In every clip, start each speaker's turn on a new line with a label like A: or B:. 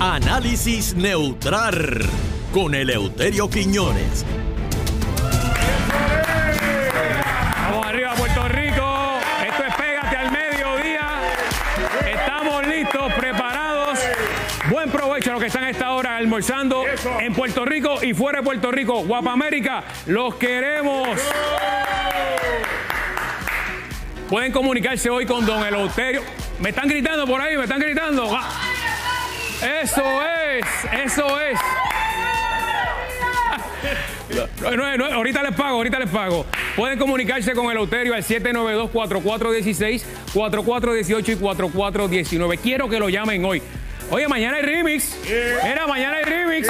A: Análisis neutral con Eleuterio Quiñones.
B: Vamos arriba, Puerto Rico. Esto es Pégate al Mediodía. Estamos listos, preparados. Buen provecho a los que están a esta hora almorzando en Puerto Rico y fuera de Puerto Rico. Guapamérica, los queremos. Pueden comunicarse hoy con Don Eleuterio. Me están gritando por ahí, me están gritando. Ah. Eso es, eso es. No, no, no, ahorita les pago, ahorita les pago. Pueden comunicarse con el Euterio al 792-4416, 4418 y 4419. Quiero que lo llamen hoy. Oye, mañana hay remix. Mira, mañana hay remix.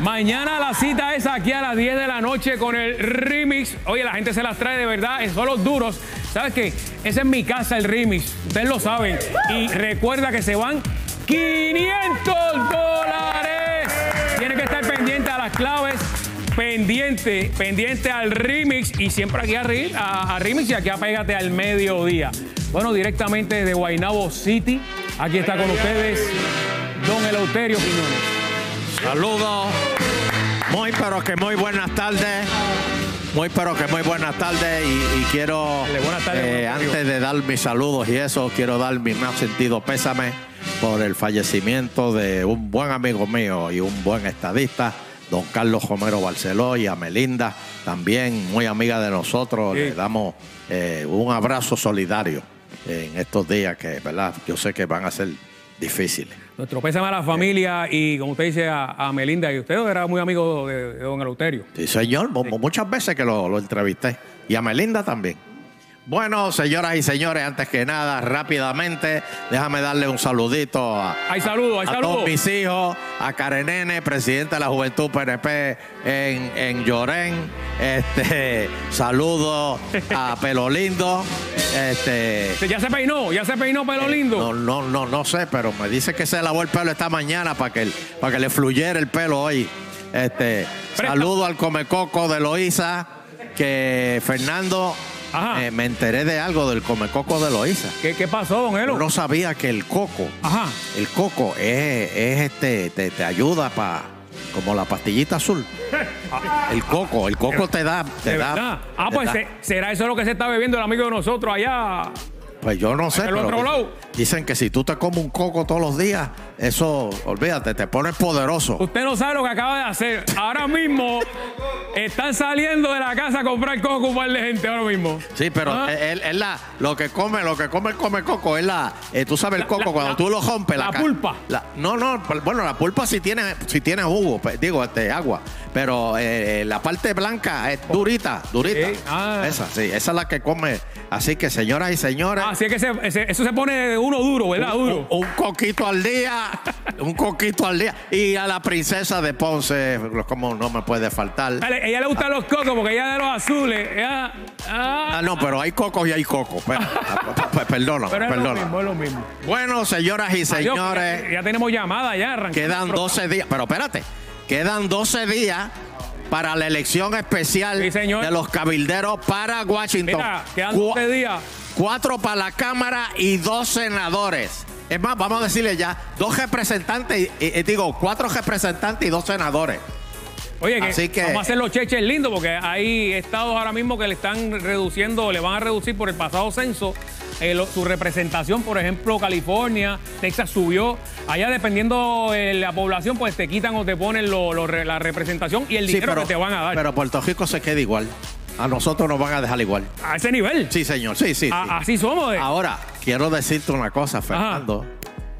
B: Mañana la cita es aquí a las 10 de la noche con el remix. Oye, la gente se las trae de verdad, son los duros. ¿Sabes qué? Esa es mi casa, el remix. Ustedes lo saben. Y recuerda que se van 500 dólares. Tiene que estar pendiente a las claves, pendiente, pendiente al remix y siempre aquí a, re- a- a remix y aquí apégate al mediodía. Bueno, directamente desde Guaynabo City, aquí está con ustedes Don Eleuterio Quiñones.
C: Saludos. Muy pero que muy buenas tardes. Muy pero que muy buenas tardes. Y, y quiero,
B: Dale, buenas tardes,
C: eh,
B: buenas tardes.
C: antes de dar mis saludos y eso, quiero dar mi más sentido pésame por el fallecimiento de un buen amigo mío y un buen estadista, don Carlos Romero Barceló y a Melinda, también muy amiga de nosotros.
B: Sí.
C: Le damos eh, un abrazo solidario en estos días que, ¿verdad? Yo sé que van a ser difíciles.
B: Nuestro pésame a la familia y, como usted dice, a, a Melinda. Y usted era muy amigo de, de Don Eleuterio.
C: Sí, señor, mu- muchas veces que lo, lo entrevisté. Y a Melinda también. Bueno, señoras y señores, antes que nada, rápidamente, déjame darle un saludito a,
B: Hay saludos, hay
C: a todos
B: saludos.
C: mis hijos, a Karenene, presidenta de la Juventud PNP en, en Llorén. Este, saludo a Pelo Lindo. Este,
B: Ya se peinó, ya se peinó, pelo
C: Eh, no,
B: lindo.
C: no, no, no sé, pero me dice que se lavó el pelo esta mañana para que, el- para que le fluyera el pelo hoy. Este,
B: Presta-
C: saludo al Comecoco de Loíza, que Fernando,
B: Ajá.
C: eh, me enteré de algo del Comecoco de Loíza.
B: ¿Qué, qué pasó, Don
C: Yo
B: Elo?
C: no sabía que el coco,
B: Ajá.
C: el coco es, es este, te, te ayuda para, como la pastillita azul. El coco, el coco te da, te
B: De
C: da.
B: verdad. Ah,
C: te
B: pues
C: da.
B: se- será eso lo que se está bebiendo el amigo de nosotros allá.
C: Pues yo no sé,
B: En el
C: pero
B: otro
C: dicen-
B: lado.
C: dicen que si tú te comes un coco todos los días, eso, olvídate, te pones poderoso.
B: Usted no sabe lo que acaba de hacer. Ahora mismo están saliendo de la casa a comprar coco un par de gente ahora mismo.
C: Sí, pero
B: Ah.
C: es, es- es la, lo que come, lo que come el come coco es la, eh, tú sabes el coco
B: la-
C: cuando
B: la-
C: tú lo rompes
B: la
C: ca-
B: pulpa.
C: la- no, no, pa- bueno la pulpa si tiene, si tiene jugo, pe- digo este agua, pero eh, la parte blanca es durita, durita,
B: Sí, ah.
C: esa, sí, esa es la que come. Así que señoras y señores,
B: Así es que se- se- eso se pone uno duro,
C: Oh,
B: ¿verdad? Duro.
C: Un, un coquito al día, un coquito al día. Y a la princesa de Ponce, como no me puede faltar.
B: A ella le gustan los cocos porque ella es de los azules. Ella- ah,
C: Ah, no, pero hay cocos y hay cocos. Pe- pe- pe- Perdóname,
B: pero es lo
C: perdóname.
B: mismo, es lo mismo.
C: Bueno, señoras y
B: Adiós,
C: señores,
B: ya, ya tenemos llamada, ya arrancamos.
C: quedan 12 días. Pero espérate, quedan 12 días para la elección especial
B: Sí, señor.
C: de los cabilderos para Washington.
B: Mira, quedan
C: Cu-
B: 12 días.
C: Cuatro para la Cámara y dos senadores. Es más, vamos a decirle ya, dos representantes, y- y- y digo, cuatro representantes y dos senadores.
B: Oye, que
C: Así que-
B: vamos a hacer los cheches lindos porque hay estados ahora mismo que le están reduciendo, le van a reducir por el pasado censo eh, lo- su representación. Por ejemplo, California, Texas subió. Allá, dependiendo de la población, pues te quitan o te ponen lo- lo re- la representación y el
C: Sí,
B: dinero que te van a dar.
C: pero Puerto Rico se queda igual. A nosotros nos van a dejar igual.
B: a ese nivel.
C: Sí, señor, sí, sí. sí.
B: A- así somos. eh.
C: Ahora, quiero decirte una cosa, Fernando.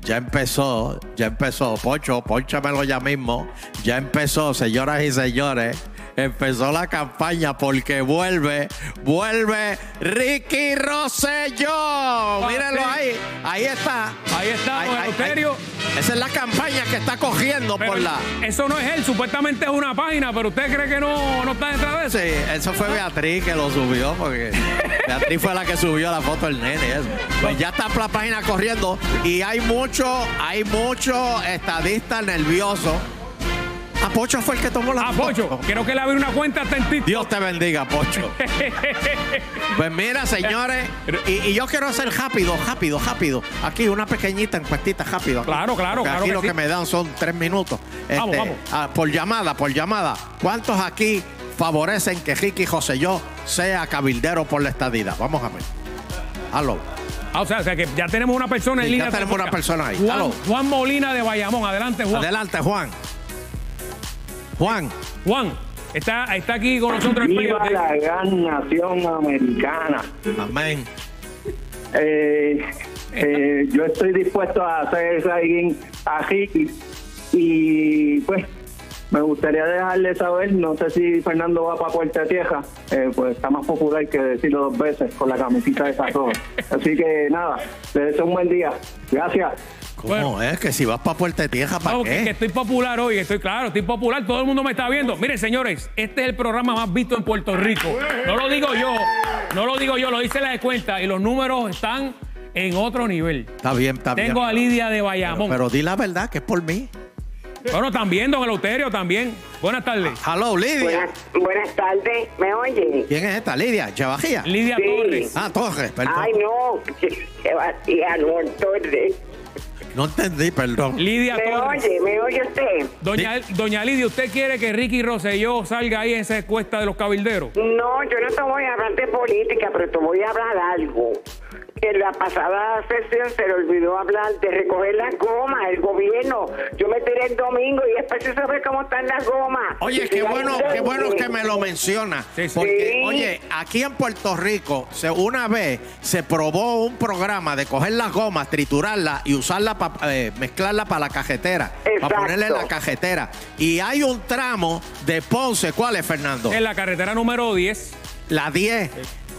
C: Ya empezó, ya empezó, Pocho, ponchamelo ya mismo. Ya empezó, señoras y señores. Empezó la campaña porque vuelve, vuelve Ricky Rosselló. Mírenlo ahí, ahí está.
B: Ahí está,
C: Ahí-
B: don
C: ahí-
B: Eleuterio.
C: ahí. Esa es la campaña que está cogiendo
B: Pero
C: por la.
B: Eso no es él, supuestamente es una página, pero usted cree que no, no está detrás de eso.
C: pues, Sí, eso fue Beatriz que lo subió, porque Beatriz fue la que subió la foto del nene. y Eso. Pues ya está la página corriendo y hay mucho, hay mucho estadistas nerviosos A Pocho fue el que tomó la
B: Ah, Pocho, creo que le abre una cuenta hasta en TikTok.
C: Dios te bendiga, Pocho. pues mira, señores, y, y yo quiero hacer rápido, rápido, rápido. Aquí una pequeñita encuestita, rápido. aquí.
B: Claro, claro,
C: Porque
B: claro
C: Aquí
B: que
C: lo
B: sí.
C: que me dan son tres minutos.
B: Vamos, vamos.
C: ah, por llamada, por llamada. ¿Cuántos aquí favorecen que Ricky José yo sea cabildero por la estadida? Vamos a ver. Aló.
B: Ah, o, sea, o sea, que ya tenemos una persona en
C: Sí, ya
B: línea.
C: tenemos una persona ahí.
B: Juan,
C: Aló.
B: Juan Molina de Bayamón. Adelante, Juan.
C: Adelante, Juan. Juan.
B: Juan, está, está aquí con nosotros. el
D: Viva
B: periodista.
D: la gran nación americana.
C: Amén.
D: Eh, eh, yo estoy dispuesto a hacer alguien a Ricky y pues me gustaría dejarle saber, no sé si Fernando va para Puerta Tierra, eh, pues está más popular que decirlo dos veces con la camisita de Sazón. Así que nada, les deseo un buen día. Gracias.
C: ¿Cómo
B: Bueno.
C: es? Que si vas para Puerta de Tierra, ¿para
B: Vamos, que, que
C: qué?
B: estoy popular hoy, estoy claro, estoy popular, todo el mundo me está viendo. Miren, señores, este es el programa más visto en Puerto Rico. No lo digo yo, no lo digo yo, lo dice la de cuenta y los números están en otro nivel.
C: Está bien, está bien.
B: Tengo a Lidia de Bayamón.
C: Ah, Pero di la verdad, que es por mí.
B: Bueno, también, don Eleuterio, también. Buenas tardes.
C: Hello, Lidia.
E: Buenas, buenas tardes, ¿me oye?
C: ¿Quién es esta, Lidia? ¿Chavajía?
B: Lidia
E: Sí.
B: Torres.
C: Ah, Torres, perdón.
E: Ay, no, Sebastián Montorres.
C: No entendí, perdón.
B: Lidia
E: eh, ¿Me
B: Torres.
E: oye? ¿Me oye usted?
B: Doña, Doña Lidia, ¿usted quiere que Ricky Rosselló salga ahí en esa encuesta de los cabilderos?
E: No, yo no te voy a hablar de política, pero te voy a hablar algo. En la pasada sesión se le olvidó hablar de recoger las gomas, el gobierno. Yo me tiré el domingo y después se sabe cómo están las gomas.
C: Oye, qué bueno, qué bueno que me lo menciona.
B: Sí, sí.
C: Porque,
E: Sí.
C: oye, aquí en Puerto Rico, se, una vez se probó un programa de coger las gomas, triturarlas y usarla pa- eh, mezclarla para la cajetera. Para
E: Exacto.
C: ponerle en la cajetera. Y hay un tramo de Ponce, ¿cuál es, Fernando?
B: En la carretera número 10.
C: La 10.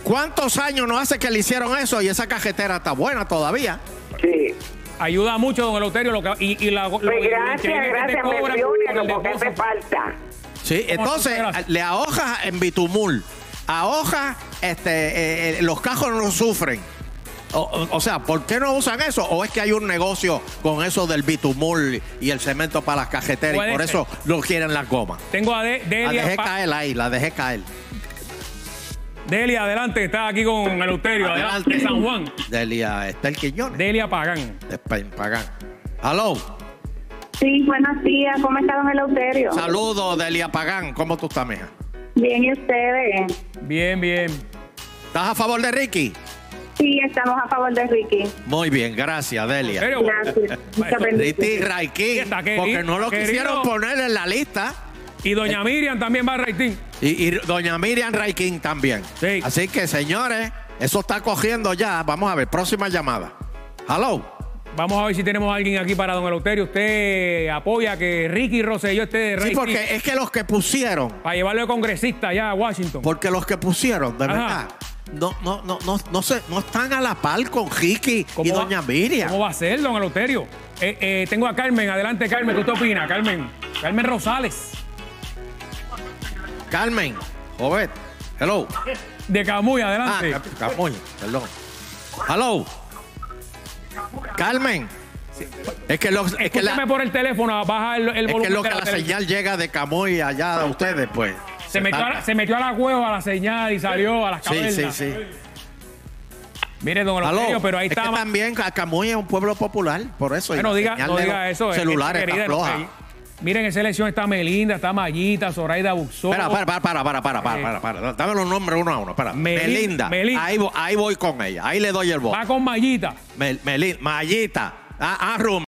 C: ¿Cuántos años no hace que le hicieron eso y esa cajetera está buena todavía?
E: Sí.
B: Ayuda mucho, don Eleuterio. Lo que- y, y la, lo-
E: Pues
B: lo- que viene
E: gracias,
B: que te
E: gracias,
B: cobran con el
E: menciónelo porque hace
B: depósito.
E: falta.
C: Sí, entonces
B: superas?
C: le ahojas en bitumul, ahojas, este, eh, eh, los cajos no sufren. O, o- o sea, ¿por qué no usan eso? ¿O es que hay un negocio con eso del bitumul y el cemento para las cajeteras y
B: Puede
C: por
B: ser.
C: eso no quieren las gomas?
B: Tengo a De-
C: La
B: Delia.
C: dejé
B: Pa-
C: caer ahí, la dejé caer.
B: Delia, adelante, está aquí con Eleuterio, adelante, de San Juan.
C: Delia Estel Quiñones,
B: Delia Pagán.
C: de Pen- Pagán. Aló,
F: Sí, buenos días. ¿Cómo está don Eleuterio?
C: saludos Delia Pagán, ¿cómo tú estás, mija?
F: Bien, ¿y ustedes?
B: Bien, bien.
C: ¿Estás a favor de Ricky?
F: Sí, estamos a favor de Ricky.
C: Muy bien, gracias, Delia.
B: Eleuterio,
F: Gracias. Muchas
C: Ricky
F: bendiciones.
C: Raikin,
B: Está querido,
C: porque no lo
B: querido.
C: quisieron poner en la lista.
B: Y doña Miriam también va a rating.
C: Y, y doña Miriam Raikin también.
B: Sí.
C: Así que, señores, eso está cogiendo ya. Vamos a ver, próxima llamada. Hello.
B: Vamos a ver si tenemos a alguien aquí para don Eleuterio. Usted apoya que Ricky Rosselló esté de
C: Sí,
B: rating
C: porque es que los que pusieron,
B: para llevarlo de congresista allá a Washington.
C: porque los que pusieron, de
B: Ajá.
C: verdad, no, no, no, no, no, se, no están a la par con Ricky y
B: va-
C: doña Miriam.
B: ¿Cómo va a ser, don Eleuterio? Eh, eh, tengo a Carmen, adelante, Carmen. ¿Qué usted opina, Carmen? Carmen Rosales,
C: Carmen, joven. Hello.
B: de Camuy,
C: Ah,
B: adelante.
C: Cap- Camuy, perdón. Hello. Carmen. Es que, los, es que la,
B: Escúchame por el teléfono, baja el, el
C: Es
B: volumen.
C: que es lo
B: de
C: que
B: la
C: la
B: tele.
C: señal llega de Camuy allá a ustedes, pues.
B: Se metió, a la, se metió a la cueva a la señal y salió a las
C: Sí,
B: cavernas.
C: sí, sí.
B: Mire, don
C: Aló.
B: Eleuterio, pero ahí
C: es
B: está.
C: que
B: ma-
C: también Ca- Camuy es un pueblo popular, por eso. y
B: no
C: la
B: diga,
C: señal
B: no
C: de
B: diga
C: los
B: eso. eh,
C: Celulares
B: gente querida,
C: está
B: eh,
C: floja.
B: Miren, en selección está Melinda, está Mayita, Zoraida Buxó.
C: Espera, para, para, para, para, para,
B: Eh.
C: para, para, para. Dame los nombres uno a uno. Espera.
B: Melinda,
C: Melinda.
B: Melinda.
C: Ahí, vo- ahí voy con ella. Ahí le doy el voto.
B: Va con Mayita,
C: Mel- Melin- Mayita. Ah, ah, Rumi.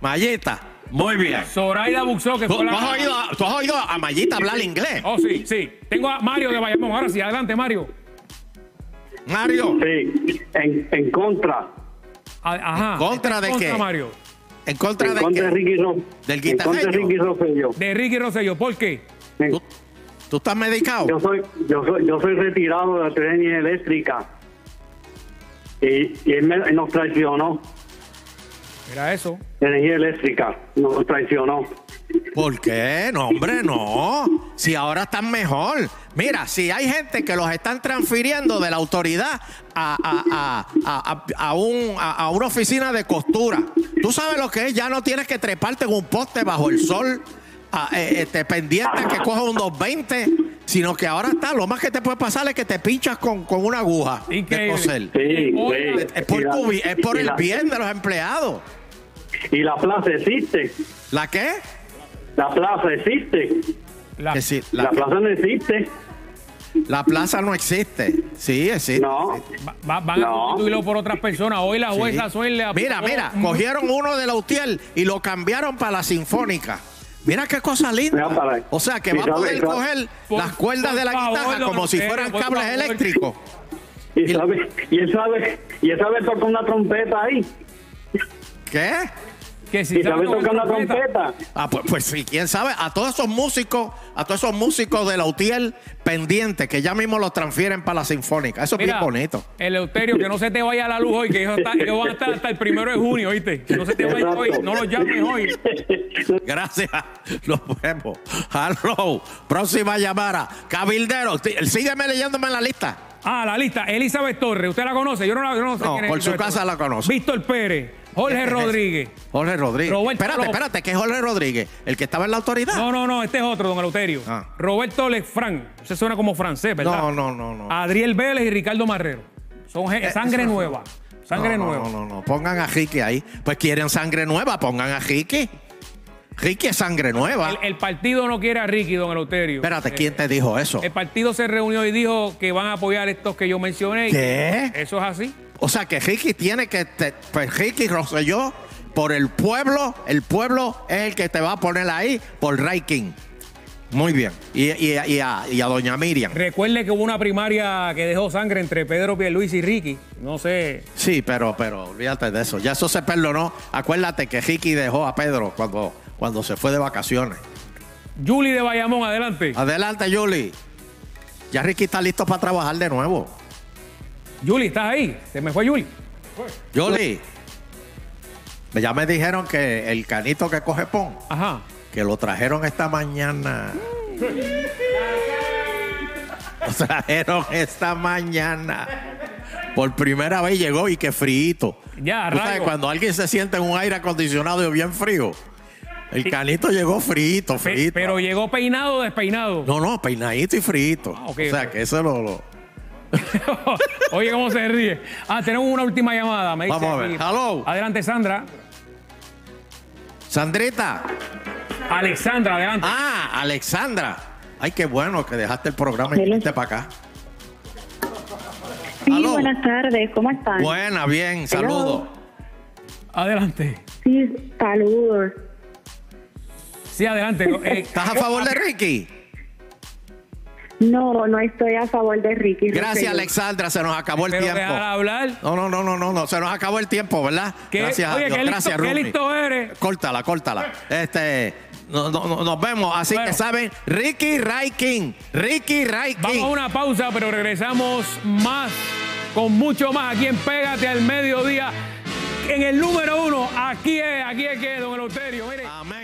C: Mayita. Muy bien.
B: Zoraida Buxó, que
C: ¿Tú,
B: fue
C: tú
B: la.
C: has oído, a- tú has oído a Mayita hablar inglés?
B: Oh, sí, sí. Tengo a Mario de Bayamón. Ahora sí, adelante, Mario.
C: Mario,
D: Sí, en, en contra.
B: A- Ajá.
C: ¿Contra de
B: Contra
C: qué?
B: Mario.
C: ¿en contra de
D: contra de
C: qué?
D: Ricky Ro-
C: Del
D: en contra de
C: guitarreño.
D: Ricky Rosselló.
B: De Ricky Rosselló. ¿Por qué?
C: ¿Tú, tú estás medicado?
D: Yo soy, yo soy, yo soy retirado de la energía eléctrica. Y, y él me- nos traicionó,
B: Era eso.
D: energía eléctrica, nos traicionó.
C: ¿Por qué? No, hombre, no. Si ahora están mejor. Mira, si hay gente que los están transfiriendo de la autoridad a, a- a- a- a- a un- a- a una oficina de costura. Tú sabes lo que es, ya no tienes que treparte en un poste bajo el sol. ah, eh, este, pendiente que coja un 220, sino que ahora está. Lo más que te puede pasar es que te pinchas con, con una aguja
B: Increíble.
C: de coser.
D: Sí,
B: Oye,
D: sí.
C: Es por,
D: Y la-
C: tu bi- es por
D: y
C: el
D: la-
C: bien de los empleados.
D: Y la plaza existe.
C: ¿La qué?
D: La plaza existe.
B: La-
C: Que sí,
D: Ah, La,
C: la,
D: plaza no existe.
C: la plaza no existe. Sí, existe.
D: No.
B: va- va- van a
D: No.
B: sustituirlo por otras personas. Hoy la
C: Sí.
B: jueza Suel le
C: Mira,
B: aplicó
C: mira,
B: un-
C: cogieron uno de la UTIEL y lo cambiaron para la Sinfónica. Mira qué cosa linda.
D: Mira para ahí.
C: O sea, que
D: Sí,
C: va a poder
D: sabe, sabe.
C: coger
B: Por-
C: las cuerdas
B: por
C: de la
B: favor,
C: guitarra
B: don
C: como si
B: Euterio,
C: fueran
B: por
C: cables
B: favor.
C: eléctricos.
D: Y sabe, y él sabe, y él sabe tocar una trompeta ahí.
C: ¿Qué?
B: que si
D: Y
B: sabe
D: sabe tocar una trompeta.
C: Ah, pues, pues sí, quién sabe, a todos esos músicos, a todos esos músicos de la UTIEL pendientes, que ya mismo los transfieren para la Sinfónica. Eso es
B: Mira,
C: bien bonito.
B: Eleuterio, que no se te vaya la luz hoy, que ellos, están- ellos van a estar hasta el primero de junio, ¿oíste? Que no se te vaya hoy, no los llames hoy.
C: Gracias. Nos vemos. Hello. Próxima llamada. Cabildero, sí, sígueme leyéndome la lista.
B: Ah, la lista. Elizabeth Torres, ¿usted la conoce? Yo no la yo no sé
C: No,
B: quién es
C: por su
B: Elizabeth
C: casa
B: Torres.
C: la conozco.
B: Víctor Pérez, Jorge Rodríguez.
C: Jorge Rodríguez.
B: Roberto
C: espérate,
B: López.
C: espérate, que es Jorge Rodríguez, el que estaba en la autoridad.
B: No, no, no, este es otro, don Eleuterio.
C: Ah.
B: Roberto Lefran, se suena como francés, ¿verdad?
C: No, no, no, no.
B: Adriel Vélez y Ricardo Marrero. Son ge-
C: Eh,
B: sangre
C: eso-
B: nueva. Sangre
C: No, no,
B: nueva.
C: No, no, no. Pongan a Ricky ahí. Pues quieren sangre nueva, pongan a Ricky. Ricky es sangre nueva.
B: El, el partido no quiere a Ricky, don Eleuterio.
C: espérate,
B: Eh,
C: ¿quién te dijo eso?
B: El partido se reunió y dijo que van a apoyar estos que yo mencioné.
C: ¿Qué?
B: Eso es así.
C: O sea que Ricky tiene que. te- pues Ricky Rosselló, por el pueblo, el pueblo es el que te va a poner ahí por ranking. Muy bien. Y, y- y a, y a doña Miriam.
B: Recuerde que hubo una primaria que dejó sangre entre Pedro Pierluis y Ricky. No sé.
C: Sí, pero, pero olvídate de eso. Ya eso se perdonó. Acuérdate que Ricky dejó a Pedro cuando, cuando se fue de vacaciones.
B: Julie de Bayamón, adelante.
C: Ah. Adelante, Julie. Ya Ricky está listo para trabajar de nuevo.
B: Julie, ¿estás ahí? Se me fue Julie.
C: Julie. Ya me dijeron que el canito que coge pon,
B: Ajá.
C: que lo trajeron esta mañana. Lo trajeron esta mañana. Por primera vez llegó y que frío.
B: Ya,
C: Tú sabes,
B: rayos.
C: cuando alguien se sienta en un aire acondicionado y bien frío, el canito llegó frito,
B: Pe-
C: frito.
B: pero llegó peinado o despeinado.
C: No, no, peinadito y frito.
B: Ah, ok,
C: o sea,
B: ok.
C: que eso lo... lo-
B: Oye, cómo se ríe. Ah, tenemos una última llamada. me dice
C: Vamos a ver.
B: aquí.
C: Hello.
B: Adelante, Sandra.
C: Sandrita.
B: Alexandra, adelante.
C: Ah, Alexandra. Ay, qué bueno que dejaste el programa y
F: Hello.
C: viniste para acá.
F: Sí,
C: Aló.
F: buenas tardes, ¿cómo están?
C: Buena, bien, saludos. Ah.
B: Adelante.
F: Sí, saludos.
B: Sí, adelante. Eh,
C: ¿Estás a favor de Ricky?
F: No, no estoy a favor de Ricky.
C: Gracias,
F: Rosselló.
C: Alexandra, se nos acabó el
B: pero
C: tiempo.
B: dejar hablar.
C: No, no, no, no, no, no, se nos acabó el tiempo, ¿verdad?
B: ¿Qué-
C: Gracias a
B: oye,
C: Dios,
B: qué listo,
C: gracias,
B: qué
C: Rumi.
B: listo eres.
C: Córtala, córtala. Este, no, no, no, nos vemos, así
B: Bueno.
C: que saben, Ricky Raikin, Ricky Raikin.
B: Vamos a una pausa, pero regresamos más, con mucho más aquí en Pégate al Mediodía. En el número uno, aquí es, aquí es que, don Eleuterio. Mire.
C: Amén.